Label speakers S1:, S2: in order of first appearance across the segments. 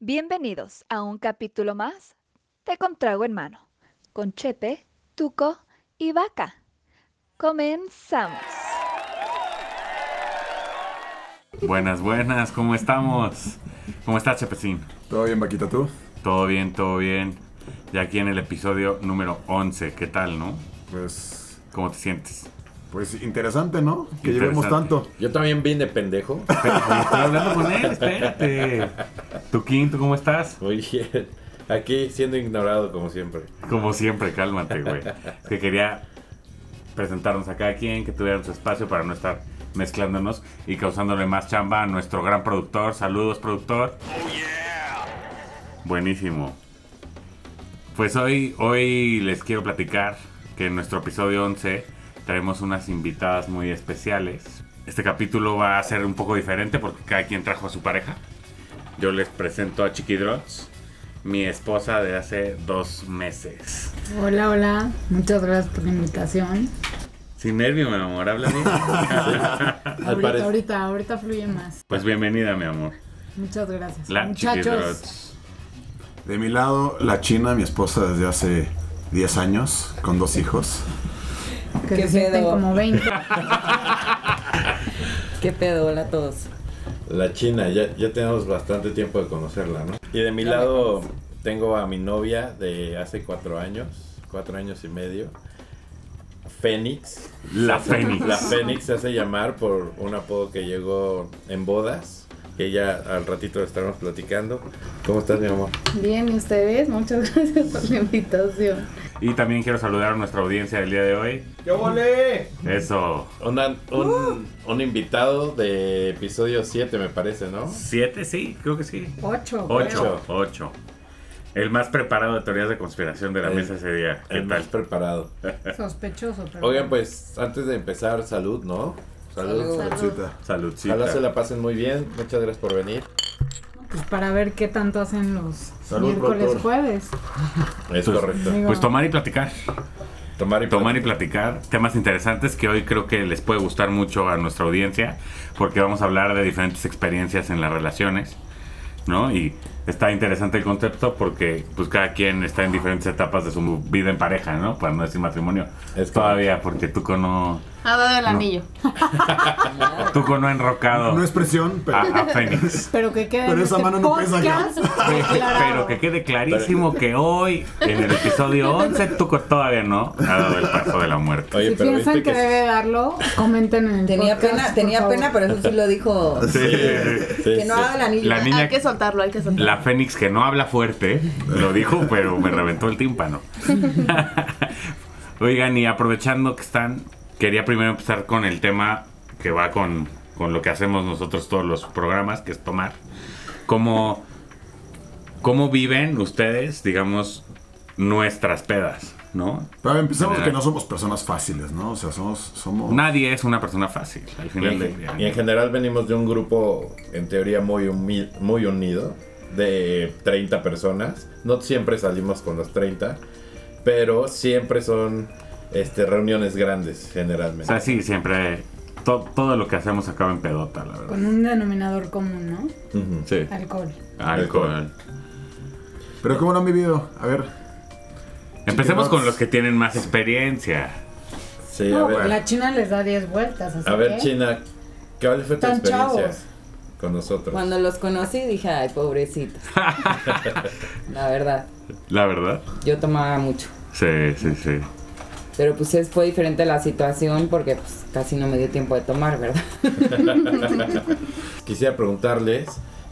S1: Bienvenidos a un capítulo más de Contrago en Mano, con Chepe, Tuco y Vaca. Comenzamos.
S2: Buenas, buenas, ¿cómo estamos? ¿Cómo estás, Chepecín?
S3: ¿Todo bien, Vaquita, tú?
S2: Todo bien, todo bien. Ya aquí en el episodio número 11, ¿qué tal, no?
S3: Pues,
S2: ¿Cómo te sientes?
S3: pues interesante, ¿no? Que llevemos
S2: Interesante.
S3: tanto.
S4: Yo también vine pendejo.
S2: Espérate, Estoy hablando con él, espérate. Tuquín, ¿tú cómo estás?
S4: Muy bien. Aquí siendo ignorado como siempre.
S2: Como siempre, cálmate, güey. Es Que quería presentarnos a cada quien, que tuvieran su espacio para no estar mezclándonos y causándole más chamba a nuestro gran productor. Saludos, productor. Buenísimo. Pues hoy, hoy les quiero platicar que en nuestro episodio 11 traemos unas invitadas muy especiales. Este capítulo va a ser un poco diferente porque cada quien trajo a su pareja. Yo les presento a Chiqui Drots, mi esposa de hace dos meses.
S5: Hola, hola. Muchas gracias por la invitación.
S2: Sin nervio, mi amor, habla bien.
S4: Al
S5: ahorita,
S4: parecer-
S5: ahorita, ahorita fluye más.
S2: pues bienvenida, mi amor.
S5: Muchas gracias.
S2: La Chiqui
S5: Muchachos,
S2: Drots.
S3: De mi lado, la China, mi esposa desde hace 10 años, con dos hijos.
S5: que
S6: ¿Qué
S5: se sienten
S6: pedo?
S5: como 20.
S6: ¿Qué pedo? Hola a todos.
S4: La China, ya, ya tenemos bastante tiempo de conocerla, ¿no? Y de mi lado tengo a mi novia de hace cuatro años, cuatro años y medio. Fénix.
S2: La
S4: Se hace-
S2: Fénix.
S4: La Fénix se hace llamar por un apodo que llegó en bodas. Que ya al ratito estaremos platicando. ¿Cómo estás, mi amor?
S5: Bien, ¿y ustedes? Muchas gracias por la invitación.
S2: Y también quiero saludar a nuestra audiencia del día de hoy.
S4: ¡Yo volé!
S2: Eso.
S4: Una- un, un invitado de episodio 7, me parece, ¿no?
S2: ¿Siete? Sí, creo que sí.
S5: Ocho.
S6: pues,
S2: Ocho.
S4: Ocho.
S2: Ocho. El más preparado de teorías de conspiración de la
S4: El-
S2: mesa ese día. ¿Qué
S4: El más
S2: tal?
S4: preparado.
S5: creo. Sospechoso, pero.
S4: Oigan, pues antes de empezar, salud, ¿no? Salud.
S6: Salud.
S3: Cita.
S2: Saludcita.
S4: Ojalá se la pasen muy bien. Muchas gracias por venir.
S5: Pues para ver qué tanto hacen los
S3: Salud,
S5: miércoles
S3: doctor.
S5: jueves.
S4: Es
S2: Pues-
S4: correcto.
S5: Digo,
S2: Pues tomar y platicar.
S4: Tomar y
S2: Tomar y platicar temas interesantes que hoy creo que les puede gustar mucho a nuestra audiencia porque vamos a hablar de diferentes experiencias en las relaciones, ¿no? Y está interesante el concepto porque pues cada quien está en diferentes etapas de su vida en pareja, ¿no? Para no decir matrimonio.
S4: Es
S2: Todavía porque Tuco no,
S5: Ha dado Ah, el
S2: No.
S5: anillo.
S2: Tuco no ha enrocado
S3: No es presión, pero
S2: a, a Fénix.
S5: Pero que quede.
S3: Pero
S5: en
S3: esa
S5: este
S3: mano no pesa,
S5: podcast aclarado.
S2: Pero que quede clarísimo que hoy, en el episodio 11, Tuco todavía no ha dado el paso de la muerte.
S4: Oye,
S5: si
S4: pero
S5: piensan
S4: viste
S5: que,
S4: que sí-
S5: debe darlo, comenten en el
S6: Tenía
S5: podcast,
S6: pena,
S5: por
S6: tenía
S5: favor.
S6: pena, pero eso sí lo dijo.
S2: Sí.
S4: Sí,
S6: Que no
S4: sí.
S6: haga el anillo.
S2: La niña
S7: Hay que soltarlo, hay que soltarlo.
S2: La Fénix que no habla fuerte, lo dijo, pero me reventó el tímpano. Oigan, y aprovechando que están, quería primero empezar con el tema que va con, con lo que hacemos nosotros todos los programas, que es tomar. ¿Cómo, cómo viven ustedes, digamos, nuestras pedas? ¿No?
S3: a ver, empecemos que no somos personas fáciles, ¿no? O sea, somos... somos
S2: Nadie es una persona fácil al
S4: Y
S2: final del
S4: en,
S2: día.
S4: y en general venimos de un grupo, en teoría, muy, humi- muy unido, de 30 personas. No siempre salimos con los 30, pero siempre son este, reuniones grandes,
S2: O
S4: generalmente.
S2: sea, Ah, sí, siempre. to- todo lo que hacemos acaba en pedota, la verdad.
S5: Con un denominador común, ¿no?
S4: Ujú.
S2: Sí.
S5: Alcohol.
S2: Alcohol.
S3: Pero ¿cómo lo han vivido? A ver,
S2: Empecemos
S3: Chiquibox.
S2: con los que tienen más experiencia. Eh,
S4: Sí, a
S5: No,
S4: ver.
S5: la China les da 10 vueltas. Así
S4: A ver,
S5: que-
S4: China, ¿cuál fue tu
S5: Tan
S4: experiencia
S5: chavos.
S4: con nosotros?
S6: Cuando los conocí dije, ay, pobrecito. La verdad,
S2: La verdad.
S6: yo tomaba mucho.
S2: Sí, sí, sí.
S6: Pero pues es- fue diferente la situación porque pues casi no me dio tiempo de tomar, ¿verdad?
S4: Quisiera preguntarles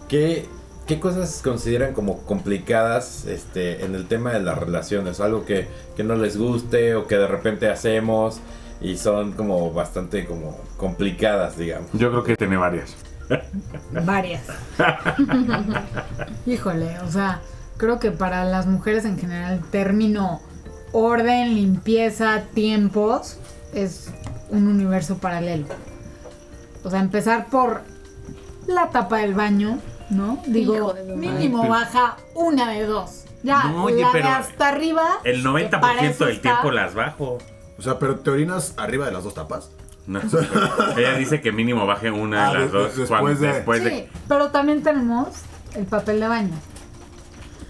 S4: qué, qué cosas consideran como complicadas este, en el tema de las relaciones, algo que, que no les guste o que de repente hacemos y son como bastante como complicadas, digamos.
S2: Yo creo que tiene varias.
S5: Varias. Híjole, o sea, creo que para las mujeres en general el término orden, limpieza, tiempos es un universo paralelo. O sea, empezar por la tapa del baño, ¿no? Digo,
S7: Hijo de su madre.
S5: mínimo
S2: Pero-
S5: baja una de dos. Ya,
S2: No, oye,
S5: la de
S2: pero
S5: hasta arriba.
S2: El
S5: para
S2: 90%
S5: eso
S2: del
S5: está.
S2: tiempo las bajo.
S3: o sea, pero ¿te orinas arriba de las dos tapas?
S2: No. Ella dice que mínimo baje una
S3: Ah,
S2: de las
S3: de-
S2: dos.
S3: después
S2: cuando-
S3: de-
S2: después de-
S5: Sí, pero también tenemos el papel de baño.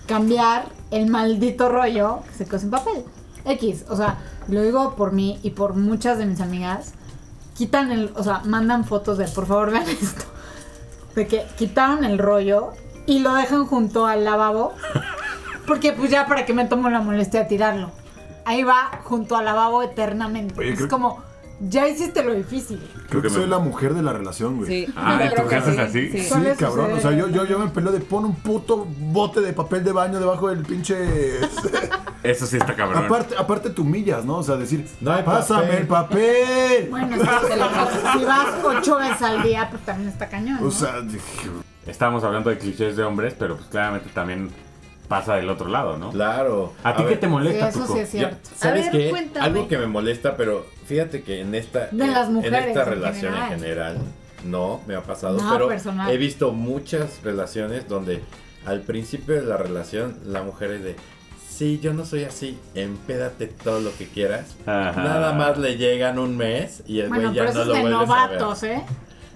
S5: cambiar el maldito rollo que se cose en papel. X, o sea, lo digo por mí y por muchas de mis amigas. Quitan el, o sea, mandan fotos de, por favor, vean esto. De que quitaron el rollo y lo dejan junto al lavabo. Porque pues ya para que me tomo la molestia de tirarlo. Ahí va junto al lavabo eternamente.
S3: Oye,
S5: es
S3: creo-
S5: como, ya hiciste lo difícil.
S3: Creo que
S2: que
S3: soy
S2: me-
S3: la mujer de la relación, güey.
S6: Sí.
S2: Ah,
S6: Yo
S2: ¿tú
S6: creo que
S2: haces
S6: sí,
S2: así?
S6: sí.
S3: Sí,
S5: Suele
S3: cabrón. O sea,
S5: suceder.
S3: yo, yo, yo me peleo de pon un puto bote de papel de baño debajo del pinche.
S2: Eso sí está cabrón.
S3: aparte, aparte te humillas, ¿no? O sea, decir,
S4: No hay
S3: pásame
S4: papel".
S3: el papel.
S5: Bueno, es que te lo pasas. si vas ocho veces al día, pues también está cañón. ¿no?
S3: O sea, dije,
S2: Estábamos hablando de clichés de hombres, pero pues claramente también pasa del otro lado, ¿no?
S4: Claro.
S2: ¿A ti qué
S4: ver,
S2: te molesta,
S5: Sí, eso
S2: Tuco?
S5: sí es
S4: yo-
S5: cierto.
S4: ¿Sabes
S1: A ver,
S4: qué?
S1: cuéntame.
S4: Algo que me molesta, pero fíjate que en esta, eh,
S5: De
S4: en-
S5: las mujeres
S4: en esta
S5: en
S4: relación
S5: general.
S4: en general, no me ha pasado,
S5: No,
S4: pero
S5: personal.
S4: he visto muchas relaciones donde al principio de la relación la mujer es de, sí, yo no soy así, empédate todo lo que quieras.
S2: Ajá.
S4: Nada más le llegan un mes y el güey
S5: bueno,
S4: ya
S5: pero
S4: no
S5: eso
S4: lo
S5: es de
S4: vuelves
S5: novatos,
S4: a ver.
S5: ¿eh?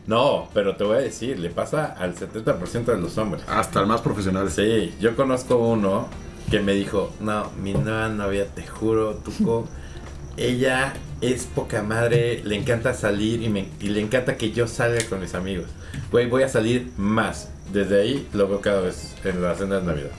S4: No, pero te voy a decir, le pasa al 70% de los hombres.
S3: hasta el más profesional.
S4: Sí, yo conozco uno que me dijo, no, mi nueva novia, te juro, Tuco, ella es poca madre, le encanta salir y, me, y le encanta que yo salga con mis amigos. Güey, voy a salir más. Desde ahí lo veo cada vez en la cena de Navidad.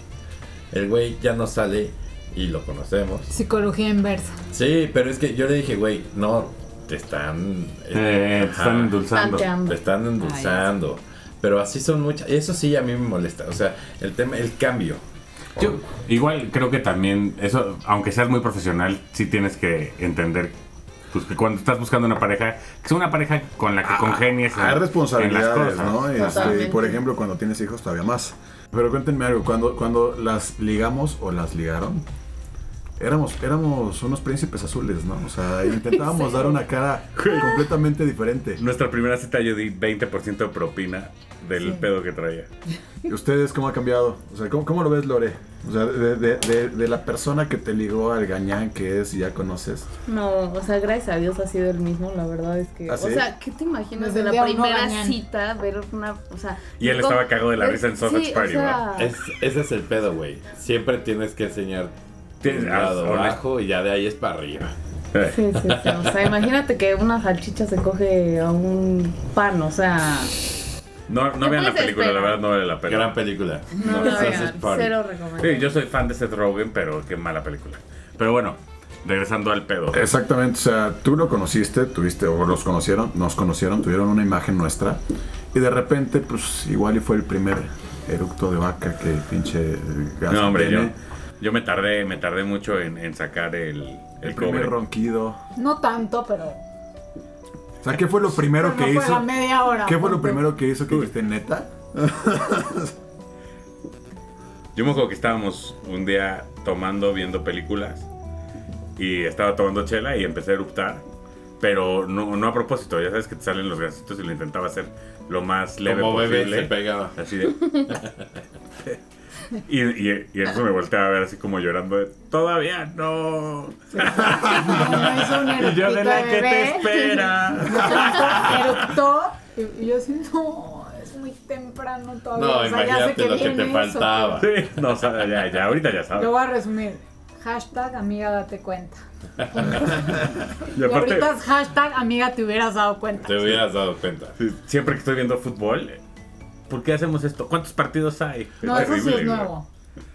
S4: El güey ya no sale y lo conocemos.
S5: Psicología inversa.
S4: Sí, pero es que yo le dije, güey, no, te están...
S2: Eh, te
S4: Ajá.
S2: están endulzando.
S4: Te están endulzando. Pero así son muchas. Eso sí a mí me molesta. O sea, el tema, el cambio.
S2: Yo igual creo que también eso, aunque seas muy profesional, sí tienes que entender pues, que cuando estás buscando una pareja, que sea una pareja con la que congenies. en-
S3: Ah, Hay
S2: en las
S3: responsabilidades,
S2: cosas.
S3: ¿no? Este,
S7: Totalmente.
S3: y por ejemplo, cuando tienes hijos todavía más. Pero cuéntenme algo, cuando, cuando las ligamos o las ligaron, éramos, éramos unos príncipes azules, ¿no? O sea, intentábamos dar una cara completamente diferente.
S2: Nuestra primera cita yo di 20% de propina del pedo que traía.
S3: ¿Y ¿Ustedes cómo ha cambiado? O sea, ¿cómo, cómo lo ves, Lore? O sea, de, de- de- de la persona que te ligó al gañán que es y ya conoces.
S7: No, o sea, gracias a Dios ha sido el mismo, la verdad es que.
S3: ¿Ah,
S7: O
S3: sí?
S7: sea, ¿qué te imaginas
S5: Desde
S7: de
S5: el
S7: la
S5: día uno
S7: primera
S5: bañan.
S7: cita? Ver una. O sea.
S2: Y él
S7: digo,
S2: estaba cagado de la
S7: es-
S2: risa en Sofa
S7: sí,
S2: Party,
S7: o sea,
S4: Es- ese es el pedo, güey. Siempre tienes que enseñar
S2: Tienes-
S4: un lado
S2: ah, hola.
S4: abajo y ya de ahí es para arriba.
S7: Sí, sí, sí. O sea, imagínate que una salchicha se coge a un pan, o sea.
S2: No, no
S7: Te
S2: vean la
S7: puedes
S2: película, la
S7: esperar.
S2: verdad no vale la pena.
S4: Gran película.
S7: No,
S4: Nos
S7: la
S4: haces
S7: vean,
S4: party.
S7: cero recomendable.
S2: Sí, yo soy fan de Seth Rogen, pero qué mala película. Pero bueno, regresando al pedo.
S3: Exactamente, o sea, tú lo conociste, tuviste, o los conocieron, nos conocieron, tuvieron una imagen nuestra, y de repente, pues igual y fue el primer eructo de vaca que pinche gas
S2: No, hombre, yo,
S3: tiene,
S2: yo me tardé, me tardé mucho en, en sacar el, el,
S3: el
S2: cobre.
S3: primer ronquido.
S5: No tanto, pero.
S3: O sea, ¿qué fue lo primero
S5: pero no
S3: que
S5: fue la
S3: hizo?
S5: media hora.
S3: ¿Qué fue lo
S5: Porque-
S3: primero que hizo que dijiste neta?
S2: Yo me acuerdo que estábamos un día tomando, viendo películas. Y estaba tomando chela y empecé a eruptar. Pero no, no a propósito, ya sabes que te salen los gasitos y lo intentaba hacer lo más leve
S4: Como bebé
S2: posible.
S4: se pegaba.
S2: Así de. Y, y, y eso me volteaba a ver así como llorando de, todavía no.
S5: No hizo un
S2: Y yo de la
S5: eructito
S2: que te
S5: bebé.
S2: espera.
S5: Eructó. Y y yo así, no, es muy temprano todavía.
S4: No,
S5: o sea, ya sé
S4: imagínate lo que
S5: viene
S4: te
S5: eso,
S4: faltaba.
S2: Sí, no, o sea, ya, ya, ahorita ya
S5: pero- Lo
S2: sabes.
S5: voy a resumir. Hashtag amiga date cuenta.
S2: Y
S5: Y
S2: aparte,
S5: ahorita es hashtag amiga te hubieras dado cuenta.
S4: Te hubieras dado cuenta.
S2: sí, siempre que estoy viendo fútbol, ¿por qué hacemos esto? ¿Cuántos partidos hay? Es
S5: No, eso sí
S2: terrible,
S5: es
S2: ¿no?
S5: nuevo.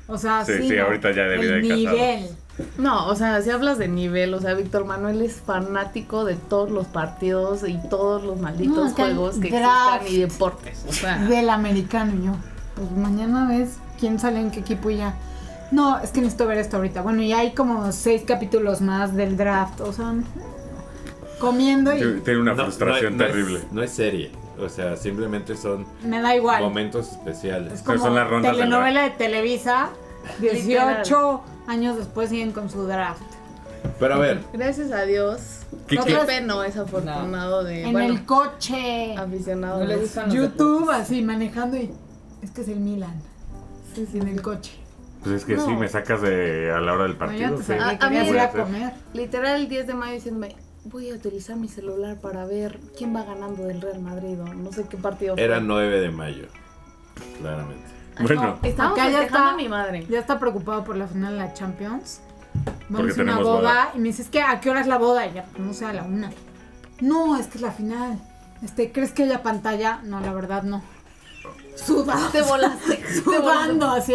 S5: O sea,
S2: Sí,
S5: sí.
S2: sí,
S5: ¿no?
S2: ahorita ya de vida
S5: El
S2: de casados.
S5: nivel.
S7: No, o sea, si hablas de nivel, o sea, Víctor Manuel es fanático de todos los partidos y todos los
S5: No,
S7: malditos
S5: acá el
S7: juegos que
S5: draft.
S7: existan y deportes, o sea.
S5: del americano y yo. Pues mañana ves quién sale en qué equipo y ya. No, es que necesito ver esto ahorita. Bueno, y hay como seis capítulos más del draft. O sea, comiendo y
S2: Tiene una
S4: No,
S2: frustración
S4: no es-
S2: terrible.
S4: No es serie. O sea, simplemente son
S5: me da igual.
S4: momentos especiales.
S5: Es como
S2: son las rondas del
S5: telenovela de Televisa. 18
S7: Literal.
S5: años después siguen con su draft.
S4: Pero a ver,
S7: Gracias a Dios.
S2: ¿Qué-
S5: No,
S2: qué-
S5: pero-
S7: Pepe no es afortunado de.
S5: En
S7: bueno,
S5: el coche.
S7: aficionado.
S6: No le
S7: de-
S6: gustan los
S5: YouTube
S6: deportes.
S5: así manejando y es que es el Milan. Sí, sí, en el coche.
S2: Pues es que sí,
S7: No.
S2: me sacas de a la hora del
S5: No, yo
S2: partido.
S5: antes
S2: sí.
S5: sabía que
S7: A- a mí
S5: querías
S7: me-
S5: ir a comer.
S7: Literal, el 10 de mayo diciéndome: Voy a utilizar mi celular para ver quién va ganando del Real Madrid o no sé qué partido. fue".
S4: era 9 de mayo. Claramente.
S7: Ay,
S2: Bueno.
S7: no, estamos
S5: Acá ya
S7: festejando
S5: está.
S7: a mi madre.
S5: Ya está preocupado por la final de la Champions.
S2: Porque
S5: Vamos a una
S2: tenemos
S5: boda,
S2: boda.
S5: y me dices que a qué hora es la boda y ya pues, no sé a la una. No, es que es la final. Este, ¿crees que haya pantalla? No, la verdad no. Sudando,
S7: Te volaste. te volaste.
S5: sudando así.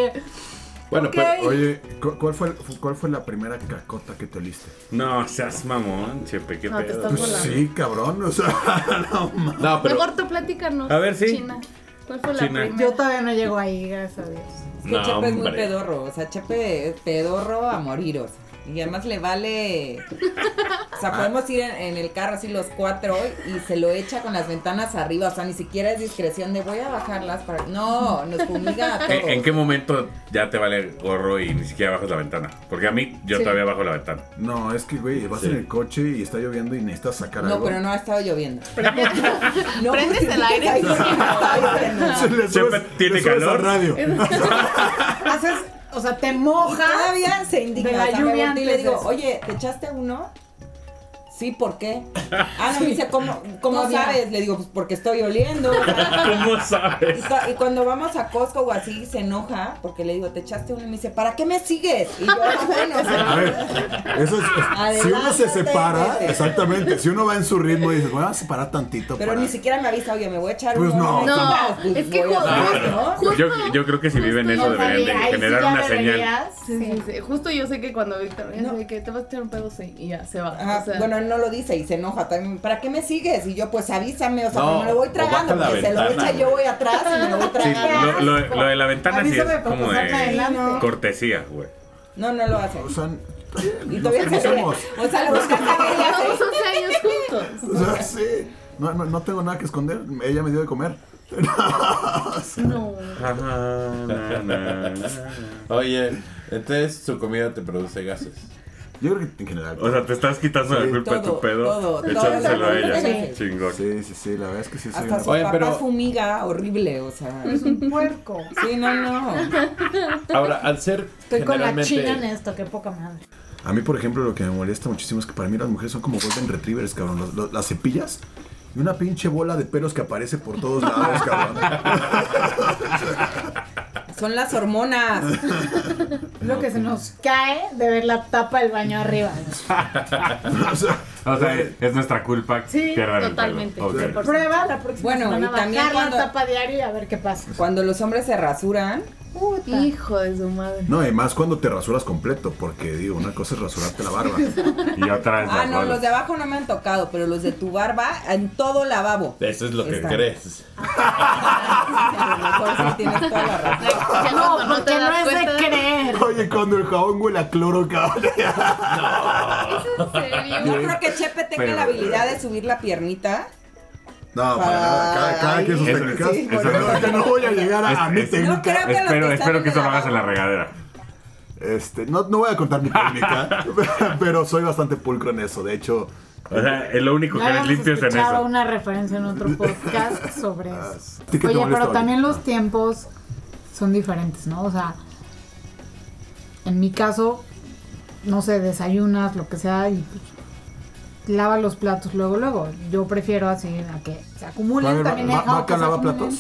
S4: Bueno,
S5: Ok.
S4: pero.
S3: Oye, ¿cu- ¿cuál fue, cuál fue la primera cacota que te oliste?
S2: No, seas mamón, chepe, qué
S7: No, te
S2: pedo.
S7: estás-
S3: Pues
S7: Hola.
S3: sí, cabrón, o sea, no mames.
S4: No, pero.
S7: Mejor tú platícanos.
S2: A ver, sí.
S7: China. ¿Cuál fue
S2: China.
S7: la
S5: Yo
S7: primera?
S5: todavía no llego ahí, gracias a Dios.
S6: Es que
S2: No,
S6: Chepe es muy
S2: hombre.
S6: pedorro, o sea, Chepe es pedorro a morir, o sea, y además le vale, o
S2: Ah.
S6: sea, podemos ir en, en el carro así los cuatro y se lo echa con las ventanas arriba, o sea, ni siquiera es discreción de voy a bajarlas para, no, nos fumiga a todos.
S2: ¿En, en qué momento ya te vale gorro y ni siquiera bajas la ventana? Porque a mí, yo
S7: Sí.
S2: todavía bajo la ventana.
S3: No, es que, güey, vas
S4: Sí.
S3: en el coche y está lloviendo y necesitas sacar
S6: No,
S3: algo.
S6: pero no ha estado lloviendo.
S7: No, Prendes el aire.
S6: Ay, no, no, no.
S3: Se le subes-
S2: Siempre
S3: le
S2: tiene
S3: subes
S2: calor.
S3: al radio.
S5: Haces, o sea, te
S6: Y
S5: mojas.
S6: Todavía se indigna.
S5: De la
S6: o sea, me
S5: lluvia
S6: volteé y le
S5: antes de
S6: digo,
S5: eso.
S6: oye, ¿te echaste uno? Sí, ¿por qué? Ah, no, me dice, ¿cómo, cómo
S5: Todavía.
S6: sabes? Le digo, pues porque estoy oliendo. o sea,
S2: ¿Cómo
S6: Y,
S2: sabes?
S6: cu- y cuando vamos a Costco o así, se enoja porque le digo, te echaste uno y me dice, ¿para qué me sigues? Y yo, "Ah, bueno, o sea,
S3: A ver, eso es. si uno se
S6: Adelántate,
S3: separa,
S6: vete.
S3: exactamente. Si uno va en su ritmo y dice, voy a separar tantito.
S6: pero
S3: para-
S6: ni siquiera me avisa, oye, me voy a echar
S3: Pues no.
S6: uno. ¿no?
S7: No,
S6: Pues
S7: es que
S6: voy a-
S7: joder,
S6: ¿no?
S7: Justo-
S2: Yo, yo creo que si viven eso deberían de generar una señal.
S7: Sí, sí, sí. Justo yo sé que cuando Víctor ya
S6: No.
S7: sé que te vas a echar un pedo, sí, y ya se va.
S6: Ajá,
S7: o sea,
S6: bueno, él no lo dice y se enoja también. ¿Para qué me sigues? Y yo, pues avísame, o sea,
S4: No,
S6: me lo voy
S4: o baja
S6: tragando.
S4: la
S6: Porque se lo
S4: ventana,
S6: echa, yo voy atrás y me lo voy
S2: Sí,
S6: tragando.
S2: lo, lo- lo de la ventana sí
S5: Avísame
S2: es
S5: para
S2: como
S5: pasarme
S2: de
S5: adelante.
S2: cortesía, güey.
S6: No, no lo hace.
S3: O sea,
S6: Y todavía se
S3: no
S6: ríe.
S3: somos.
S6: O sea, lo buscas a ella.
S7: Llevamos 11 años juntos.
S3: O sea, sí. No, no, no tengo nada que esconder. Ella me dio de comer.
S7: No.
S4: Oye, entonces su comida te produce gases.
S3: Yo creo que en general.
S2: O sea, te estás quitando la
S3: Sí,
S2: culpa de tu
S6: todo,
S2: pedo,
S6: todo, todo.
S2: echándoselo a ella.
S6: Sí.
S2: Chingón.
S3: sí, sí, sí. La verdad es que sí. Soy
S6: Hasta su
S3: una-
S4: Oye,
S6: papá
S4: pero-
S6: fumiga horrible, o sea.
S5: Es un puerco.
S6: Sí, no, no.
S4: Ahora, al ser
S5: Estoy con la
S4: generalmente-
S5: china en esto, qué poca madre.
S3: A mí, por ejemplo, lo que me molesta muchísimo es que para mí las mujeres son como golden retrievers, cabrón. Los- los- las cepillas y una pinche bola de pelos que aparece por todos lados, cabrón.
S6: Son las hormonas.
S5: Lo que se nos cae de ver la tapa del baño arriba.
S3: O sea,
S2: O sea, es nuestra culpa.
S5: Sí,
S2: pierdan el
S7: totalmente,
S2: pelo. Ok.
S7: 100%.
S5: Prueba la próxima
S6: Bueno,
S5: semana
S6: y también
S5: bajar
S6: cuando-
S5: la tapa diaria y a ver qué pasa.
S6: Cuando los hombres se rasuran,
S7: Hijo de su madre.
S3: no, y más cuando te rasuras completo, porque digo, una cosa es rasurarte la barba.
S2: Y otra es
S6: ah,
S2: la
S6: no,
S2: bola.
S6: los de abajo no me han tocado, pero los de tu barba en todo lavabo.
S4: Eso es lo que
S6: Está.
S4: crees.
S6: A lo mejor sí tienes toda la razón.
S7: Ya
S5: Ah, No,
S7: cuando
S5: porque no es de
S7: cuenta-
S5: creer.
S3: Oye, cuando el jabón huele a cloro, cabrón.
S7: ¿En serio?
S6: Yo creo que Chepe tenga
S2: Pero-
S6: la habilidad de subir la piernita.
S3: No, para nada. Cada, cada quien sus
S2: Ay,
S3: técnicas.
S6: sí,
S3: Pero
S2: bueno.
S3: no, que no voy a llegar a, a
S2: Es-
S3: mi
S2: es-
S3: técnica.
S6: No creo que los
S2: espero,
S6: que están
S2: espero que
S6: en
S2: eso
S6: el
S2: lo hagas en la
S6: lavabo.
S2: regadera.
S3: Este, no, no voy a contar mi técnica, pero soy bastante pulcro en eso. De hecho,
S2: O sea, es lo único que
S5: Ya
S2: eres
S5: habíamos
S2: limpio es en
S5: escuchado
S2: eso.
S5: una referencia en otro podcast sobre
S3: ah,
S5: eso.
S3: ¿a ti qué te
S5: Oye,
S3: molesta,
S5: pero
S3: Vale?
S5: también los tiempos son diferentes, ¿no? O sea, en mi caso, no sé, desayunas, lo que sea, y pues, lava los platos luego, luego. Yo prefiero así a que se
S3: A
S5: acumulen
S3: ver,
S5: también. he
S3: va-
S5: dejado
S3: ¿Vaca
S6: pues,
S5: que se
S3: lava
S5: acumulen.
S3: platos?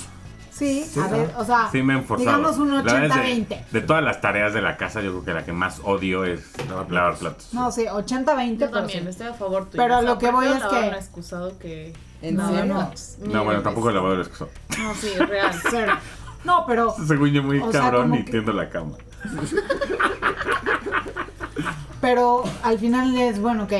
S5: Sí,
S3: Sí,
S5: a ver,
S3: ah.
S5: o sea,
S2: Sí, me he enforzado.
S5: digamos un
S2: La verdad es de-
S5: 80-20.
S2: De, todas las tareas de la casa, yo creo que la que más odio es
S3: Lavar platos.
S2: lavar platos.
S5: No, sí, 80-20.
S7: Yo
S5: pero
S7: también,
S5: sí.
S7: estoy a favor tuyo.
S5: Pero
S7: O sea,
S5: lo que voy
S7: prefiero
S5: es
S7: lavar
S5: que-
S7: un excusado que. pues,
S6: ¿En
S5: No,
S6: serio?
S5: no.
S2: No, bueno, tampoco el lavado de excusa.
S7: No, sí, es real.
S5: Cero. No, pero
S2: Según yo, muy
S5: O sea,
S2: cabrón
S5: como
S2: y
S5: que-
S2: tiendo la cama.
S5: Pero al final es, bueno, ok.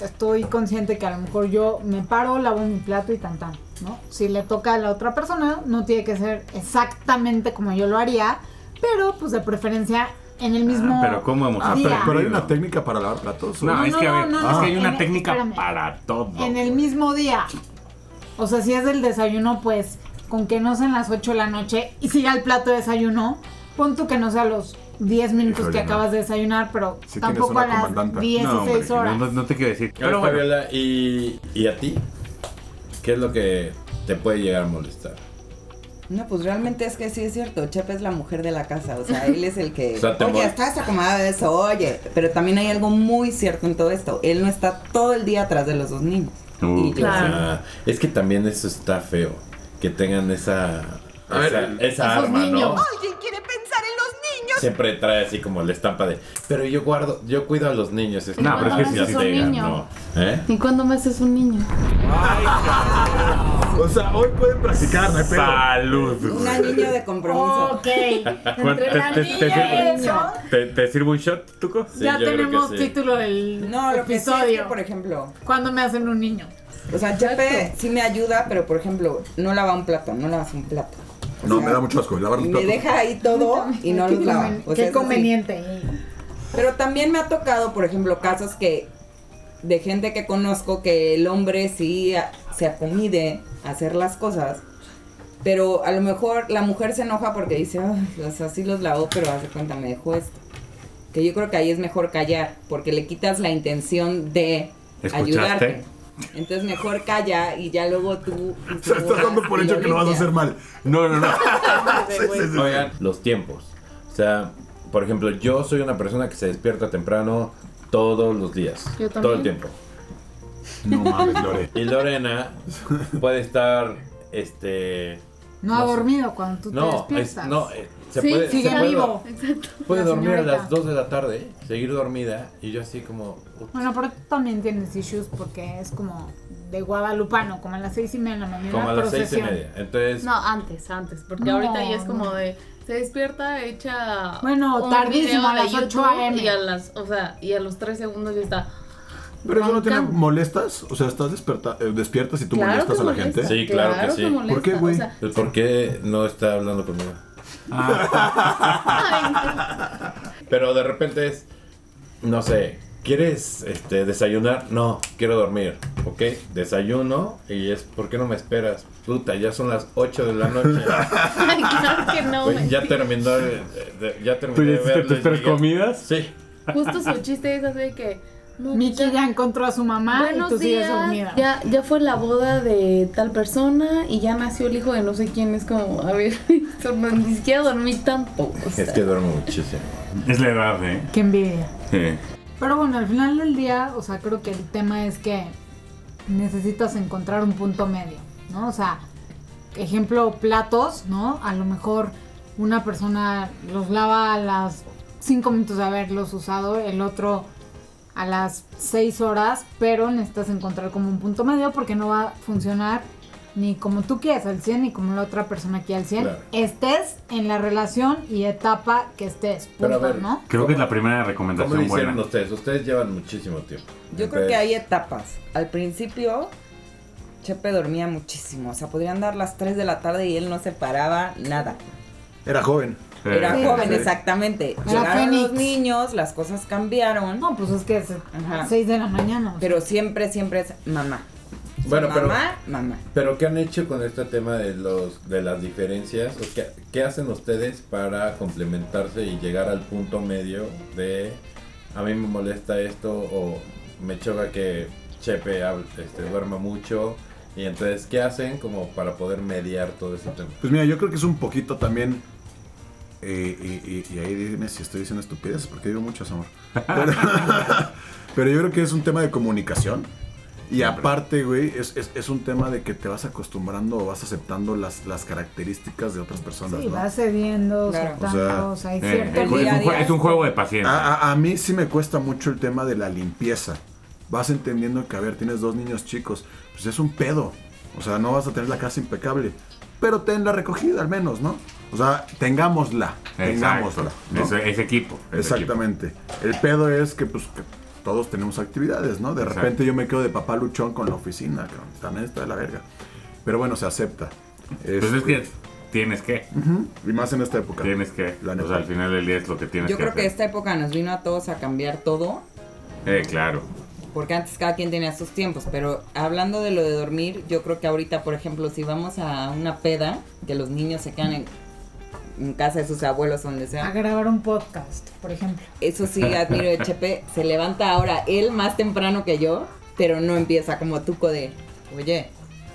S5: Estoy consciente que a lo mejor yo me paro, lavo mi plato y tan tan, ¿no? Si le toca a la otra persona, no tiene que ser exactamente como yo lo haría, pero pues de preferencia en el mismo.
S2: Ah, pero ¿cómo hemos
S3: Ah, pero,
S5: día.
S3: pero hay una técnica para lavar platos. ¿o
S2: No,
S5: No,
S2: es que a
S5: no,
S2: ver,
S5: no,
S2: es
S5: no,
S2: que hay una
S5: en el-
S2: técnica
S5: espérame.
S2: para todo.
S5: En
S2: güey.
S5: el mismo día. O sea, si es del desayuno, pues con que no sean las 8 de la noche y siga el plato de desayuno, pon tú que no sea los 10 minutos
S3: Híjole,
S5: que
S3: no.
S5: acabas de desayunar, pero
S3: Sí tienes
S5: tampoco
S3: una
S5: a las
S3: comandante.
S5: 10
S2: no,
S5: o
S2: hombre,
S5: 6 horas.
S2: No, no te quiero decir.
S4: Oye,
S2: Pero bueno,
S4: Fabiola, ¿y, ¿y a ti? ¿Qué es lo que te puede llegar a molestar?
S6: No, pues realmente es que sí es cierto. Chepe es la mujer de la casa. O sea, él es el que.
S4: O sea, te
S6: oye,
S4: mol-
S6: estás acomodada de eso, oye. Pero también hay algo muy cierto en todo esto. Él no está todo el día atrás de los dos niños.
S2: Uh,
S6: y yo
S7: claro.
S6: sí.
S4: Ah, es que también eso está feo. Que tengan esa
S3: A ver,
S4: esa, esa
S7: esos
S4: arma,
S7: niños.
S4: ¿no?
S6: Alguien quiere pensar en los niños.
S4: Siempre trae así como la estampa de, pero yo guardo, yo cuido a los niños. Es
S7: No,
S4: como,
S7: pero es que
S4: "Ah,
S7: sí.
S4: ya te
S7: Es un niño.
S4: ganó". ¿Eh?
S7: ¿Y cuándo me haces un niño?
S3: O sea, hoy pueden practicar, no hay pedo.
S2: Salud.
S6: Una niño de compromiso.
S5: Ok. Entre
S2: te-
S5: la
S2: te-
S5: niña
S2: te
S5: y
S2: sirve?
S5: eso.
S2: ¿Te, te sirve un shot, Tuco?
S4: Sí,
S5: ya
S4: yo creo que
S5: tenemos
S4: sí.
S5: título del
S6: No, lo que sí es
S5: episodio.
S6: que, por ejemplo,
S5: ¿Cuándo me hacen un niño?
S6: o sea, Chepe sí me ayuda, pero por ejemplo, no lava un plato, no lavas un plato. O
S3: No,
S6: sea,
S3: me da mucho asco lavar los
S6: Y me
S3: platos.
S6: deja ahí todo y no
S5: Qué
S6: los
S4: Ah,
S6: lava.
S5: conven-
S6: O sea,
S5: Qué
S6: eso sí.
S5: conveniente.
S6: Pero también me ha tocado, por ejemplo, casos que de gente que conozco que el hombre sí a- se acomide a hacer las cosas, pero a lo mejor la mujer se enoja porque dice, "Ay, o sea, sí los lavó, pero hace cuenta me dejó esto. Que yo creo que ahí es mejor callar, porque le quitas la intención de
S2: ¿Escuchaste?
S6: ayudarte. Entonces mejor calla y ya luego tú...
S3: O sea, estás dando por hecho que lo vas a hacer mal. No, no, no. Sí, sí, sí.
S4: Oigan, los tiempos. O sea, por ejemplo, yo soy una persona que se despierta temprano todos los días.
S7: Yo
S4: Todo
S7: también.
S4: el tiempo.
S3: No mames, Lore.
S4: Y Lorena puede estar, este... No
S5: No, ha
S4: sé.
S5: dormido cuando tú te
S4: No, es-
S5: despiertas.
S4: no, eh, se
S5: Sí,
S4: puede...
S5: sigue
S4: se puede-
S5: vivo.
S7: Exacto.
S4: Puede
S5: La
S4: dormir a
S5: señorita.
S4: las 2 de la tarde, seguir dormida, y yo así como... "Ut".
S5: Bueno, pero tú también tienes issues porque es como de guadalupano, como a las seis y media de la mañana.
S4: Como a las seis y
S5: procesión.
S4: media. Entonces,
S7: No, antes, antes, porque
S5: No,
S7: ahorita ya es como
S5: no.
S7: de se despierta hecha
S5: Bueno,
S7: un
S5: tardísimo,
S7: video
S5: a
S7: de
S5: las 8
S7: YouTube
S5: AM.
S7: y a las, o sea, y a los 3 segundos ya está.
S3: Pero eso no tiene
S7: Roncan.
S3: molestas, o sea, estás desperta, eh, despiertas y tú molestas a la gente.
S4: Sí, claro que sí.
S7: molesta,
S3: ¿Por qué, güey?
S7: o sea,
S4: pues, ¿por qué no está hablando conmigo? Pero de repente es, no sé, ¿quieres este, desayunar? No, quiero dormir, ¿ok? Desayuno y es, ¿por qué no me esperas? Puta, ya son las 8 de la noche.
S7: ay, claro que no.
S4: Güey, ya
S7: mentira.
S4: terminó, de- de- ya terminé
S2: ¿Tú ya
S4: de
S2: hiciste
S4: verlo
S2: tus
S4: y
S2: tres
S4: llegué.
S2: comidas?
S4: Sí.
S7: Justo su chiste es así de que no, pues
S5: Miki
S7: ya-
S5: ya encontró a su mamá y tú
S7: Buenos
S5: sigues
S7: días,
S5: dormida.
S7: ya, ya fue la boda de tal persona y ya nació el hijo de no sé quién. Es como, a ver, ni siquiera dormí tampoco. o sea.
S4: Es que duermo muchísimo.
S2: Es la edad, ¿eh?
S5: Qué envidia.
S2: Sí.
S5: Pero bueno, al final del día, o sea, creo que el tema es que necesitas encontrar un punto medio, ¿no? O sea, ejemplo, platos, ¿no? A lo mejor una persona los lava a las 5 minutos de haberlos usado, el otro a las 6 horas, pero necesitas encontrar como un punto medio porque no va a funcionar ni como tú quieres al 100 ni como la otra persona quiere al 100.
S4: Claro.
S5: Estés en la relación y etapa que estés,
S4: Pero a
S5: punto,
S4: ver,
S5: ¿no?
S2: Creo que es la primera
S4: ¿Cómo lo
S2: recomendación
S4: hicieron
S2: buena.
S4: ustedes? Ustedes llevan muchísimo tiempo.
S6: Yo creo que hay etapas. Al principio, Chepe dormía muchísimo. O sea, podrían dar las 3 de la tarde y él no se paraba nada.
S3: Era joven.
S6: Era
S2: Eh,
S6: joven,
S2: sí.
S6: exactamente.
S5: Era
S6: Llegaron los
S5: Fénix.
S6: niños, las cosas cambiaron.
S5: No, pues es que es
S6: Ajá.
S5: 6 de la mañana. o sea.
S6: Pero siempre, siempre es mamá. O sea,
S4: Bueno, pero-
S6: mamá, mamá.
S4: Pero ¿qué han hecho con este tema de los de las diferencias? O sea, ¿Qué hacen ustedes para complementarse y llegar al punto medio de a mí me molesta esto o me choca que Chepe hable- este, duerma mucho? Y entonces, ¿qué hacen como para poder mediar todo ese tema?
S3: Pues mira, yo creo que es un poquito también. eh, y, y- y ahí dime si estoy diciendo estupideces, porque digo muchas, amor. Pero, pero yo creo que es un tema de comunicación. Y aparte, güey, es, es- es un tema de que te vas acostumbrando o vas aceptando las, las características de otras personas.
S5: Sí,
S3: ¿no?
S5: va cediendo,
S6: Claro.
S5: soltando,
S3: O
S5: o sea, hay
S2: Eh,
S5: cierto
S2: es, un,
S6: día a
S2: jue-
S6: día.
S2: es un juego de paciencia.
S3: A, a- a mí sí me cuesta mucho el tema de la limpieza. Vas entendiendo que, a ver, tienes dos niños chicos, pues es un pedo. O sea, no vas a tener la casa impecable. Pero ten la recogida al menos, ¿no? O sea, tengámosla.
S2: Exacto.
S3: ah, Tengámosla. ¿no?
S2: Es, es equipo. es
S3: Exactamente. El pedo es que, pues, que todos tenemos actividades, ¿no? De
S2: Exacto.
S3: repente yo me quedo de papá luchón con la oficina, cabrón. También está de la verga. Pero bueno, se acepta.
S2: equipo. Pues es
S3: Este,
S2: que tienes que.
S3: ujú, Y más en esta época.
S2: Tienes que.
S3: La
S2: O
S3: neta.
S2: sea, al final del día es lo que tienes
S6: Yo
S2: que
S6: creo que
S2: hacer.
S6: esta época nos vino a todos a cambiar todo.
S2: Eh, claro.
S6: Porque antes cada quien tenía sus tiempos, pero hablando de lo de dormir, yo creo que ahorita, por ejemplo, si vamos a una peda, que los niños se quedan en, en casa de sus abuelos, donde
S5: a
S6: sea,
S5: grabar un podcast, por ejemplo.
S6: eso sí admiro de Chepe, se levanta ahora él más temprano que yo, pero no empieza como tuco de, oye,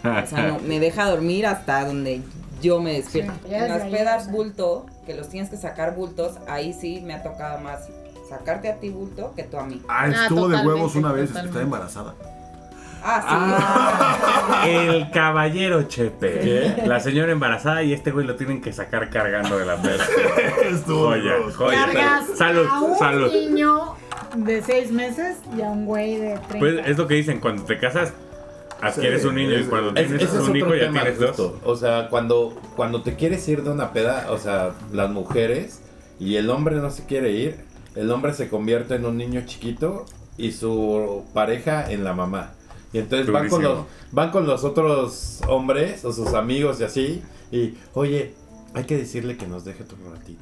S6: o sea, no, me deja dormir hasta donde yo me despierto.
S5: Sí, ya
S6: en las
S5: desde ahí, o
S6: pedas
S5: sea.
S6: bulto, que los tienes que sacar bultos, ahí sí me ha tocado más sacarte a ti bulto que tú a mí.
S3: Ah,
S7: Ah,
S3: estuvo de huevos
S7: totalmente,
S3: una vez,
S7: totalmente.
S3: está embarazada.
S6: Ah,
S2: El caballero Chepe. ¿eh?
S4: ¿Qué?
S2: La señora embarazada y este güey lo tienen que sacar cargando de la peste.
S3: Estuvo
S2: joya,
S3: duro.
S2: joya.
S5: Cargas
S2: Salud,
S5: a un
S2: salud.
S5: niño de seis meses y a un güey de 30.
S2: Pues es lo que dicen, cuando te casas adquieres
S3: Sí,
S2: un niño y
S3: es-
S2: cuando
S4: Es-
S2: tienes
S4: ese es
S2: un
S4: otro
S2: hijo ya
S4: tema,
S2: tienes dos.
S4: justo. O sea, cuando, cuando te quieres ir de una peda, o sea, las mujeres y el hombre no se quiere ir, el hombre se convierte en un niño chiquito y su pareja en la mamá. Y entonces van con, los,
S2: Durísimo.
S4: van con los otros hombres o sus amigos y así, y oye, hay que decirle que nos deje tu ratito.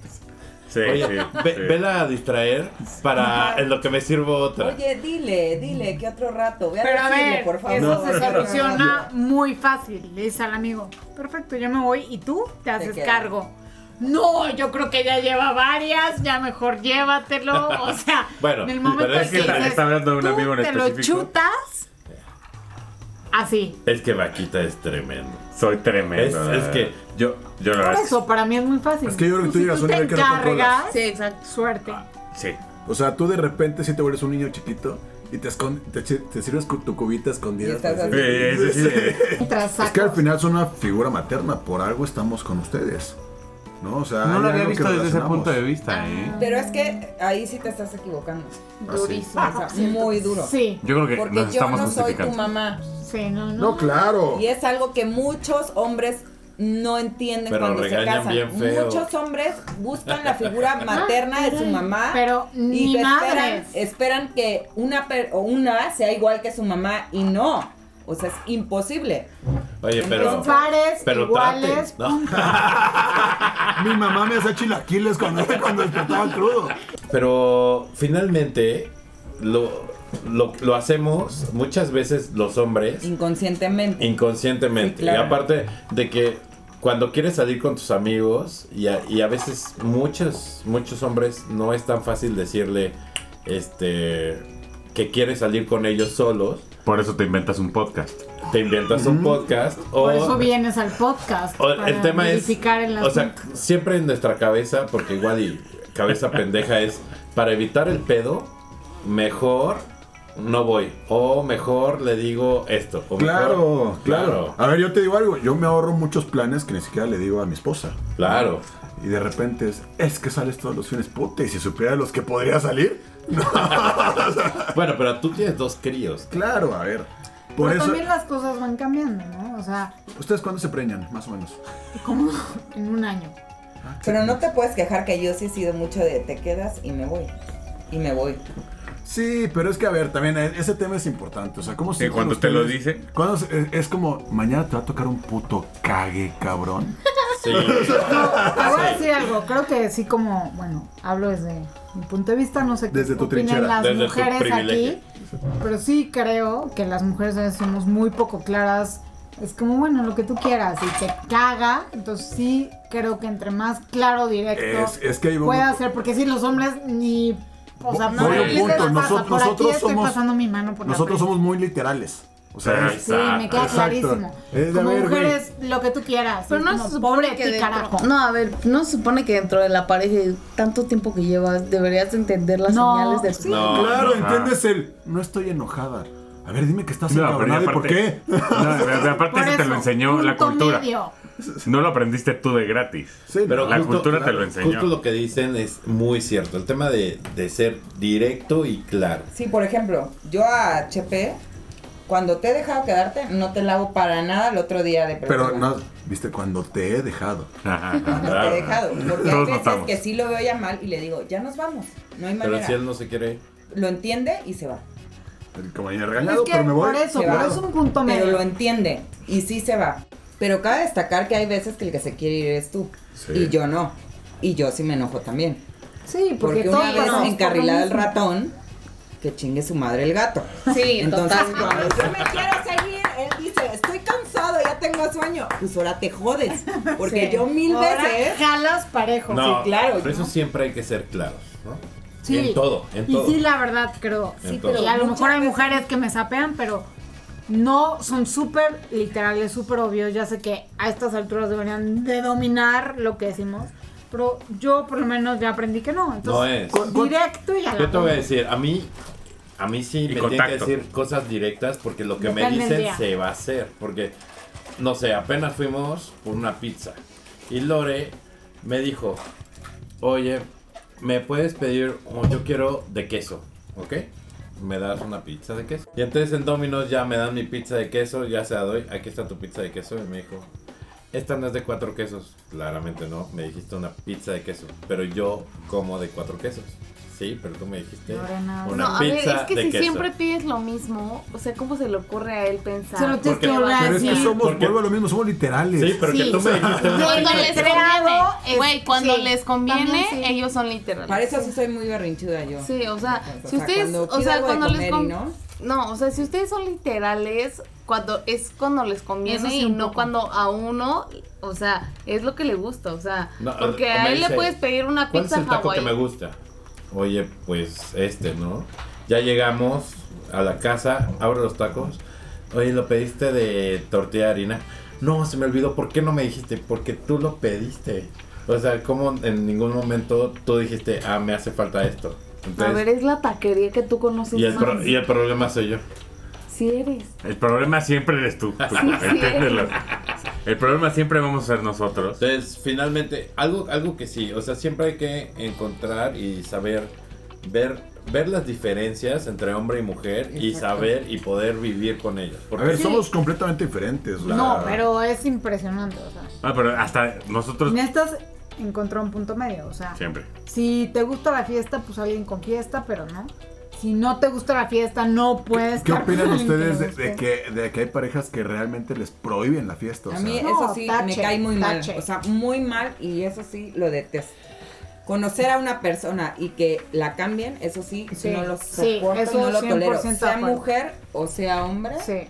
S2: Sí,
S4: Oye,
S2: sí,
S4: ve-
S2: sí.
S4: vela a distraer para en lo que me sirvo otra.
S6: Oye, dile, dile, que otro rato. Ve a
S5: Pero a
S6: decirle,
S5: ver,
S6: por favor.
S5: eso se soluciona muy fácil. Le dice al amigo, perfecto, yo me voy y tú te haces
S6: quedas.
S5: cargo. No, yo creo que ya lleva varias, ya mejor llévatelo. O sea,
S4: Bueno,
S5: en el momento
S4: pero es que
S5: en
S4: está-
S5: dices,
S2: está hablando de un
S5: "Tú
S2: amigo en
S5: te lo
S2: específico".
S5: chutas así.
S4: Es que Vaquita es tremendo.
S2: Soy tremendo.
S4: Es-
S2: la
S4: es
S2: verdad.
S4: que-
S2: yo, yo la
S5: Por
S2: verdad.
S5: eso, para mí es muy fácil.
S3: Es que yo creo que tú
S5: si
S3: llegas a un
S5: te
S3: nivel que no controlas.
S5: encargas,
S7: Sí, exacto.
S5: Suerte.
S2: Sí.
S3: O sea, tú de repente si te vuelves un niño chiquito y te, escon- te, chi- te sirves con tu cubita escondida.
S6: Y estás
S3: pues,
S2: Sí, sí,
S6: así.
S2: sí, sí.
S5: Mientras
S3: Es que al
S5: sacas.
S3: final son una figura materna, por algo estamos con ustedes. ¿No? O sea,
S2: No
S3: hay
S2: lo había
S3: algo Ah, que
S2: visto desde ese
S3: relacionamos.
S2: punto de vista, ¿eh?
S6: Pero es que ahí sí te estás equivocando.
S4: ah,
S7: Durísimo.
S6: O sea, muy duro.
S5: Sí,
S2: Yo creo que
S6: Porque
S2: nos
S6: yo
S2: estamos
S6: no soy tu
S2: justificando.
S6: mamá.
S5: sí, no, no.
S3: No, claro.
S6: Y es algo que muchos hombres no entienden
S4: Pero
S6: cuando se
S4: regañan
S6: casan.
S4: bien feo.
S6: Muchos hombres buscan la figura materna de su mamá.
S5: Ah, Pero ni
S6: que
S5: madres.
S6: esperan, esperan que una per- o una sea igual que su mamá y no. O sea, es imposible.
S4: Oye, pero.
S5: Los pares
S4: Pero
S5: iguales.
S4: traten, ¿no?
S3: Mi mamá me hacía chilaquiles cuando, cuando despertaba crudo.
S4: Pero finalmente lo, lo, lo hacemos muchas veces los hombres
S6: Inconscientemente.
S4: inconscientemente.
S6: Sí, claro.
S4: Y aparte de que cuando quieres salir con tus amigos y a, y a veces muchos, muchos hombres no es tan fácil decirle este que quieres salir con ellos solos,
S2: Por eso te inventas un podcast.
S4: te inventas un podcast o...
S5: Por eso vienes al podcast.
S4: O-
S5: para
S4: el tema es,
S5: verificar el
S4: o sea,
S5: asunto.
S4: siempre en nuestra cabeza, porque igual y cabeza pendeja es, para evitar el pedo, mejor no voy, o mejor le digo esto, o
S3: Claro,
S4: mejor-
S3: claro. A ver, yo te digo algo, yo me ahorro muchos planes que ni siquiera le digo a mi esposa.
S4: claro,
S3: Y de repente es, es que sales todos los fines, puta, y si supiera los que podría salir.
S4: claro. Bueno, pero tú tienes dos críos.
S3: Claro, a ver. Por
S5: Pero
S3: eso,
S5: también las cosas van cambiando, ¿no? O sea,
S3: ¿ustedes cuándo se preñan, más o menos?
S5: como en un año.
S6: Pero no te puedes quejar que yo sí he sido mucho de te quedas y me voy. Y me voy.
S3: Sí, pero es que a ver, también e- ese tema es importante. O sea, ¿cómo se
S2: Eh, cuando te lo dice.
S3: Cuando se- eh, es, es como, mañana te va a tocar un puto cague, cabrón.
S4: Sí.
S5: Te voy a decir algo, creo que sí como, bueno, hablo desde mi punto de vista, no sé qué
S3: Desde tu
S5: opinan
S3: trinchera.
S5: las
S4: Desde tu
S5: mujeres
S4: privilegio.
S5: aquí, pero sí creo que las mujeres a veces somos muy poco claras. Es como, bueno, lo que tú quieras y te caga, entonces sí creo que entre más claro, directo
S3: Es, es que ahí va un-
S5: pueda ser, porque sí, los hombres ni... O sea,
S3: Voy
S5: no, no
S7: a un
S5: les
S7: punto,
S5: pasa,
S3: nosot-
S5: por aquí
S3: nosotros
S5: estoy
S3: somos-
S5: pasando mi mano por la
S3: Nosotros
S5: frente.
S3: somos muy literales. O sea,
S2: Ay,
S5: Sí, me queda
S3: Exacto.
S5: clarísimo.
S3: Es de
S5: Como
S3: ver, güey.
S5: mujeres, lo que tú quieras.
S7: Pero
S5: Es
S7: no
S5: como,
S7: se supone
S5: pobre
S7: que
S5: ti,
S7: dentro-
S5: carajo.
S7: No, a ver, no se supone que dentro de la pareja y tanto tiempo que llevas deberías de entender las
S5: No,
S7: señales del
S5: sí.
S4: No,
S3: claro,
S2: no, ah.
S3: entiendes el, no estoy enojada. A ver, dime que estás
S2: y
S3: encabronada y por qué.
S2: no, pero aparte
S5: Por
S2: eso te
S5: eso,
S2: lo enseñó la
S5: punto
S2: cultura.
S5: medio.
S2: No lo aprendiste tú de gratis.
S3: Sí,
S4: Pero
S3: no,
S2: la
S4: justo-
S2: cultura te
S3: claro.
S2: lo enseñó.
S4: Justo lo que dicen es muy cierto, el tema de, de ser directo y claro.
S6: Sí, por ejemplo, yo a Chepe, cuando te he dejado quedarte, no te lavo para nada el otro día de
S3: Pero
S6: pregunta.
S3: no, viste, cuando te he dejado.
S2: Ajá, ajá.
S6: No te he dejado. Porque hay
S2: Todos
S6: veces
S2: notamos.
S6: que sí lo veo ya mal y le digo, ya nos vamos. No hay
S4: Pero
S6: manera.
S4: si él no se quiere...
S6: Lo entiende y se va.
S3: El compañero regañado,
S5: es que
S3: pero me voy.
S5: por eso,
S6: Claro.
S5: pero es un punto
S6: Pero lo
S5: medio.
S6: entiende y sí se va. Pero cabe destacar que hay veces que el que se quiere ir es tú. Y yo no. Y yo sí me enojo también.
S5: Sí, porque,
S6: Porque, una
S5: todos
S6: vez
S5: pasamos por
S6: encarrilada
S5: lo
S6: el
S5: mismo.
S6: ratón, que chingue su madre el gato.
S7: Sí,
S6: Entonces, cuando
S7: totalmente.
S6: yo me quiero seguir, él dice, estoy cansado, ya tengo sueño. Pues ahora te jodes. Porque
S5: Sí.
S6: yo mil
S5: Ahora
S6: veces.
S5: jalas parejo.
S4: No,
S6: claro,
S4: Por
S6: ¿no?
S4: eso siempre hay que ser claros, ¿no?
S5: Sí.
S4: En todo, en todo.
S5: Y sí, la verdad, creo.
S4: En
S5: Sí,
S4: todo.
S5: y a lo
S6: Muchas
S5: mejor hay
S6: veces-
S5: mujeres que me sapean, pero no son súper literales, súper obvios. Ya sé que a estas alturas deberían de dominar lo que decimos, pero yo por lo menos ya aprendí que no. Entonces,
S4: No es.
S5: directo y a la
S4: Yo te voy a
S5: bomba.
S4: decir, a mí A mí sí
S2: Y
S4: me tienen
S2: contacto.
S4: que decir cosas directas porque lo que me
S5: Depende del
S4: dicen
S5: día.
S4: se va a hacer. Porque, no sé, apenas fuimos por una pizza. Y Lore me dijo, oye, ¿me puedes pedir, o yo quiero de queso, ¿ok? Me das una pizza de queso. Y entonces en Domino's ya me dan mi pizza de queso, ya se la doy, aquí está tu pizza de queso. Y me dijo, esta no es de cuatro quesos. Claramente no, me dijiste una pizza de queso. Pero yo como de cuatro quesos. Sí, pero tú me dijiste
S5: Ahora nada.
S4: una
S7: No, a ver,
S4: pizza
S7: es que
S4: de
S7: si
S4: queso.
S7: siempre pides lo mismo, o sea, ¿cómo se le ocurre a él pensar?
S5: Solo tienes
S4: Porque-
S5: que hablar
S3: Pero es que
S5: así.
S3: somos,
S4: Porque-
S3: vuelvo a lo mismo, somos literales.
S4: Sí, pero que
S5: Sí.
S4: tú me dijiste una pizza
S7: Cuando
S4: de
S7: les
S4: queso.
S7: conviene,
S5: Creado es-
S7: güey, cuando
S5: sí.
S7: les conviene,
S5: También sí.
S7: ellos son literales.
S6: Para eso sí soy muy berrinchuda yo.
S7: Sí, o sea,
S6: O
S7: si
S6: sea,
S7: ustedes,
S6: cuando
S7: o
S6: pido
S7: sea,
S6: algo de
S7: cuando
S6: comer
S7: les con-
S6: y no.
S7: No, o sea, si ustedes son literales, cuando es cuando les conviene
S5: Eso sí,
S7: y
S5: un
S7: no
S5: poco.
S7: cuando a uno, o sea, es lo que le gusta, o sea,
S4: No,
S7: porque
S4: o
S7: a
S4: me
S7: él le
S4: dice,
S7: puedes pedir una
S4: ¿Cuál es
S7: pizza
S4: el taco que
S7: hawaiana.
S4: me gusta? Oye, pues este, ¿no? Ya llegamos a la casa, abro los tacos. Oye, ¿lo pediste de tortilla de harina? No, se me olvidó. ¿Por qué no me dijiste? Porque tú lo pediste. O sea, como en ningún momento tú dijiste, ah, me hace falta esto.
S7: A
S4: Entonces,
S7: ver, es la taquería que tú conoces
S4: y, el
S7: más.
S4: pro- y el problema soy yo.
S7: Si eres.
S2: El problema siempre eres tú. tú, entiéndelo. El problema siempre vamos a ser nosotros.
S4: Entonces, finalmente, algo, algo que sí, o sea, siempre hay que encontrar y saber, ver, ver las diferencias entre hombre y mujer y
S6: Exacto.
S4: saber y poder vivir con ellas.
S3: A
S4: Porque
S3: ver, somos completamente diferentes. o sea,
S5: No, pero es impresionante. O sea,
S2: Ah, pero hasta
S4: Pues
S2: nosotros
S5: necesitas encontrar un punto medio. O sea,
S2: siempre.
S5: si te gusta la fiesta, pues alguien con fiesta, pero no. Si no te gusta la fiesta, no puedes.
S3: ¿Qué, qué
S5: estar con
S3: opinan
S5: alguien
S3: ustedes
S5: le
S3: de, de
S5: guste.
S3: que, de que hay parejas que realmente les prohíben la fiesta? O
S6: A
S3: sea,
S6: mí
S5: No,
S6: eso sí me
S5: tache,
S6: cae muy mal.
S5: tache.
S6: O sea, muy mal y eso sí lo detesto. Conocer a una persona y que la cambien, eso sí,
S5: Sí,
S6: no lo
S5: sí,
S6: soporto,
S5: eso
S6: no lo tolero.
S5: 100% de
S6: Sea
S5: acuerdo.
S6: mujer o sea hombre.
S5: Sí.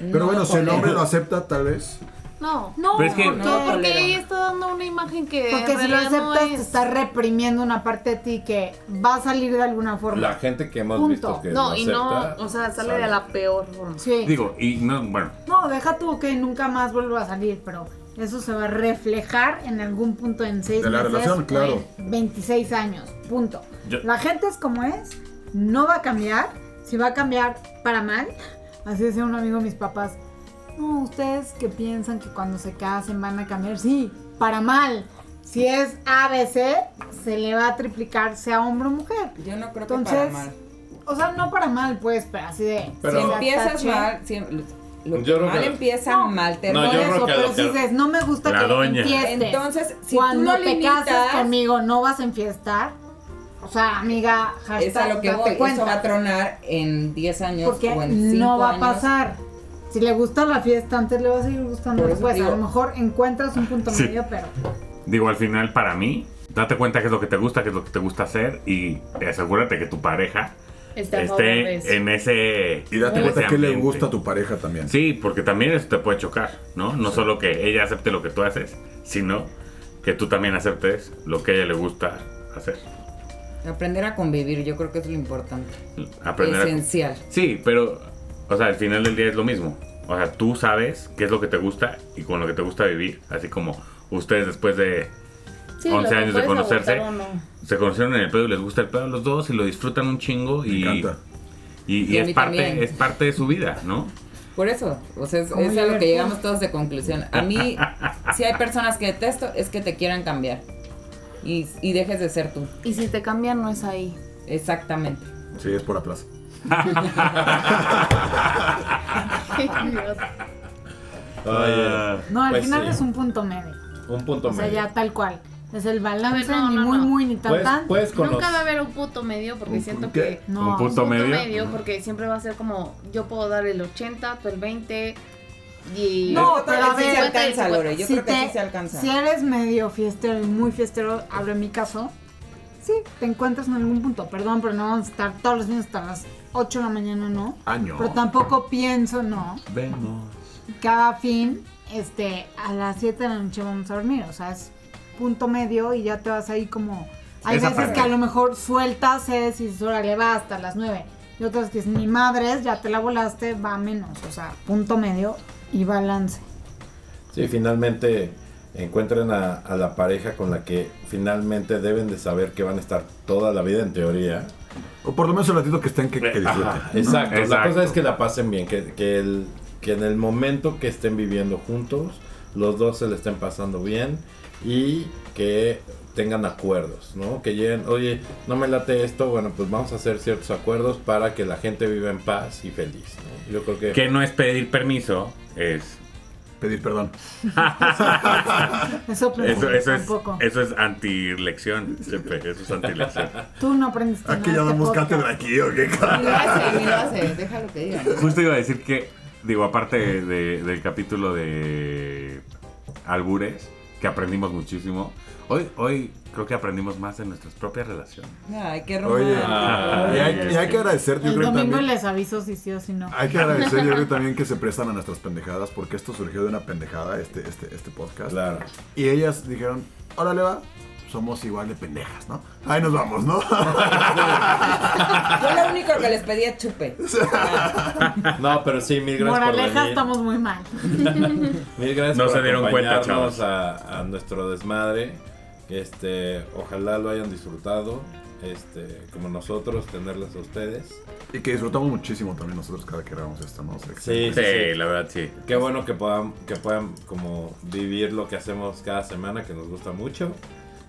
S6: no
S3: pero
S6: lo
S3: bueno, si el
S6: tolero.
S3: hombre lo acepta, tal vez.
S7: No,
S5: No,
S2: Pero es que-
S7: no,
S5: porque,
S6: No,
S7: porque
S6: tolero.
S7: ella está dando una imagen que.
S5: porque
S7: en
S5: si lo
S7: realidad no
S5: aceptas,
S7: es.
S5: te estás reprimiendo una parte de ti que va a salir de alguna forma.
S4: la gente que hemos
S5: Punto.
S4: visto que
S7: No,
S4: lo
S7: y
S4: acepta,
S7: no, o sea, sale de la peor forma.
S5: Sí.
S2: Digo, y no, bueno,
S5: No, deja tú que nunca más vuelva a salir, pero eso se va a reflejar en algún punto en seis
S3: De la
S5: meses
S3: relación,
S5: o
S3: claro.
S5: en 26 años, punto.
S2: Yo-
S5: La gente es como es, no va a cambiar, si va a cambiar para mal, así decía un amigo de mis papás, no, ustedes que piensan que cuando se casen van a cambiar, sí, para mal. Si es ABC, se le va a triplicar, sea hombre o mujer.
S6: Yo no creo que para
S5: Entonces,
S6: mal.
S5: O sea, no para mal, pues, pero así de...
S4: Pero-
S6: si
S5: la
S6: empiezas
S5: tache-
S6: mal, si, lo- lo
S4: Yo
S6: que
S4: creo
S6: mal
S4: que-
S6: empieza
S5: No.
S6: mal, te
S4: No, yo
S5: Por
S6: pones-
S4: creo
S5: eso,
S4: que
S5: pero
S4: lo
S5: si
S4: que-
S5: dices, no me gusta
S2: La
S5: que
S2: doña.
S5: enfiestes.
S6: Entonces, si tú
S5: cuando
S6: no
S5: te
S6: limitas,
S5: casas conmigo, no vas a enfiestar. O sea, amiga, hashtag,
S6: es a lo que
S5: date
S6: voy,
S5: cuenta.
S6: eso va a tronar en 10 años
S5: porque
S6: o en 5
S5: no va
S6: años.
S5: a pasar. Si le gusta la fiesta, antes le va a seguir gustando
S6: Por eso
S5: después.
S6: digo-
S5: a lo mejor encuentras un punto
S2: Sí.
S5: medio, pero
S2: digo, al final para mí, date cuenta qué es lo que te gusta, qué es lo que te gusta hacer y asegúrate que tu pareja
S7: Está pues.
S2: esté en ese...
S3: Y date
S2: en
S3: cuenta
S2: ese
S3: que le
S2: ambiente.
S3: gusta a tu pareja también.
S2: Sí, porque también eso te puede chocar, ¿no? No solo que ella acepte lo que tú haces, sino que tú también aceptes lo que a ella le gusta hacer.
S6: Aprender a convivir, yo creo que es lo importante.
S2: Aprender a-
S6: Esencial.
S2: Sí, pero, o sea, al final del día es lo mismo. O sea, tú sabes qué es lo que te gusta y con lo que te gusta vivir. Así como ustedes después de...
S7: Sí,
S2: 11
S7: lo que
S2: años de
S7: puedes
S2: conocerse.
S7: aguantar o no.
S2: Se conocieron en el pedo y les gusta el pedo a los dos y lo disfrutan un chingo
S3: Me
S2: y...
S3: encanta.
S2: Y, y
S6: Y a mí
S2: es, parte,
S6: también.
S2: es parte de su vida, ¿no?
S6: Por eso, o sea, es,
S5: Como
S6: es a lo que
S5: Liverpool.
S6: llegamos todos de conclusión. A mí, si hay personas que detesto, es que te quieran cambiar. Y, y dejes de ser tú.
S7: Y si te cambian, no es ahí.
S6: Exactamente.
S3: Sí, es por la plaza. Ah.
S4: Oye,
S5: no, al
S4: Pues
S5: final
S4: sí.
S5: es un punto medio.
S4: un punto
S5: O sea,
S4: medio. Pues,
S5: ya tal cual. Es el balance,
S7: A ver, no,
S5: ni
S7: no,
S5: muy,
S7: no.
S5: muy, ni tan,
S4: puedes,
S5: tan.
S4: puedes
S7: Nunca
S4: conocer.
S7: va a haber un punto medio porque
S3: ¿Un
S7: siento
S3: qué?
S7: que.
S5: No,
S2: un punto
S7: punto
S2: medio.
S7: medio porque siempre va a ser como yo puedo dar el 80, tú el 20 y
S5: No,
S6: pero
S5: pero a
S6: sí
S5: ver,
S6: se alcanza, Lore. Yo
S5: Si
S6: creo que
S5: te-
S6: sí se alcanza.
S5: Si eres medio fiestero y muy fiestero, hablo en mi caso, sí, te encuentras en algún punto. Perdón, pero no vamos a estar todos los días hasta las 8 de la mañana, ¿no?
S3: Año.
S5: Pero tampoco pienso, no.
S2: Vemos.
S5: Cada fin, este, a las 7 de la noche vamos a dormir. O sea, es punto medio y ya te vas ahí como. Hay
S2: Esa
S5: veces
S2: parte.
S5: que a lo mejor sueltas es y dices, órale, va hasta las 9. Y otras que es ni madres, ya te la volaste, va menos. O sea, punto medio y balance.
S4: Sí, finalmente encuentren a, a la pareja con la que finalmente deben de saber que van a estar toda la vida en teoría.
S3: O por lo menos el ratito que estén que, que disfruten.
S4: Ajá, exacto. La
S2: Exacto.
S4: cosa es que la pasen bien, que, que, el, que en el momento que estén viviendo juntos, los dos se le estén pasando bien y que tengan acuerdos, ¿no? Que lleguen, oye, no me late esto, bueno, pues vamos a hacer ciertos acuerdos para que la gente viva en paz y feliz, ¿no? Yo creo que...
S2: Que no es pedir permiso, es.
S3: Pedir perdón.
S5: Eso,
S2: Eso, eso es,
S5: tampoco.
S2: eso es antilección, Chepe, Eso es antilección.
S5: Tú no aprendiste
S3: Aquí ya
S5: nada.
S3: damos
S5: este
S3: cátedra
S5: podcast.
S3: aquí, ¿o qué?
S6: Ni lo hace, ni lo hace. Déjalo que diga.
S2: Justo iba a decir que, digo, aparte de- de- del capítulo de albures, que aprendimos muchísimo, hoy, hoy creo que aprendimos más de nuestras propias relaciones.
S6: Ay, qué
S3: Oye,
S6: romántico.
S2: Ah,
S3: y hay, y hay que agradecer, yo
S5: El
S3: creo
S5: domingo
S3: también.
S5: les aviso si sí o si no.
S3: Hay que agradecer, yo creo también que se prestan a nuestras pendejadas, porque esto surgió de una pendejada, este, este, este podcast.
S4: Claro.
S3: Y ellas dijeron, órale va, somos igual de pendejas, ¿no? Ahí nos vamos, ¿no?
S6: Yo lo único que les pedía es chupe.
S4: No, pero sí, mil gracias por
S5: Moraleja,
S4: venir.
S5: estamos muy mal.
S4: Mil gracias
S2: No
S4: por
S2: se dieron cuenta,
S4: acompañarnos a, a nuestro desmadre. Este, ojalá lo hayan disfrutado. Este, como nosotros, tenerlas a ustedes.
S3: y que disfrutamos muchísimo también nosotros cada que grabamos esto, ¿no? O sea, que-
S4: Sí, sí,
S2: Sí,
S4: sí.
S2: la verdad sí.
S4: Qué bueno que puedan, que puedan como vivir lo que hacemos cada semana, que nos gusta mucho.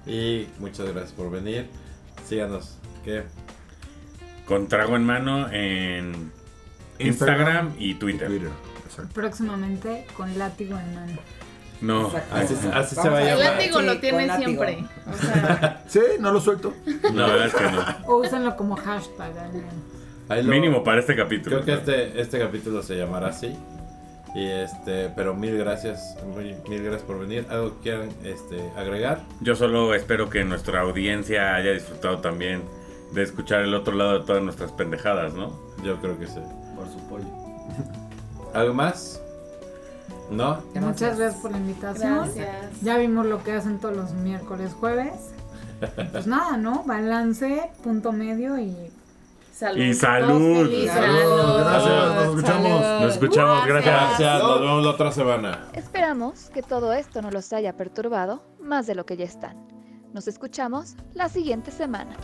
S4: Y muchas gracias por venir. Síganos. ¿Qué?
S2: Con trago en mano en Instagram, y Twitter.
S3: Twitter, exacto.
S5: Próximamente con látigo en mano.
S2: No,
S6: Exacto.
S4: Así, se- así se
S6: Vamos
S4: va a
S6: a
S7: El
S6: Llama-
S4: llamar.
S7: látigo
S6: Sí,
S7: lo
S6: con
S7: tiene
S6: látigo.
S7: siempre. O sea,
S3: Sí, no lo suelto.
S2: la verdad es que no.
S5: O úsenlo como hashtag. al menos.
S4: Ahí lo-
S2: Mínimo para este capítulo.
S4: Creo que este, este capítulo se llamará así. Y este, pero mil gracias, muy- mil gracias por venir. ¿Algo que quieran este, agregar?
S2: Yo solo espero que nuestra audiencia haya disfrutado también de escuchar el otro lado de todas nuestras pendejadas, ¿no?
S4: Yo creo que sí.
S8: Por su pollo.
S4: ¿Algo más? ¿No?
S5: Muchas gracias por la invitación.
S7: gracias.
S5: Ya vimos lo que hacen todos los miércoles, jueves. Pues nada, ¿no? Balance, punto medio y
S7: Salud.
S2: Y salud.
S7: Todos felices.
S3: Salud, gracias, nos escuchamos.
S6: Salud.
S2: Nos escuchamos, gracias.
S4: Gracias, nos vemos la otra semana.
S1: Esperamos que todo esto no los haya perturbado más de lo que ya están. Nos escuchamos la siguiente semana.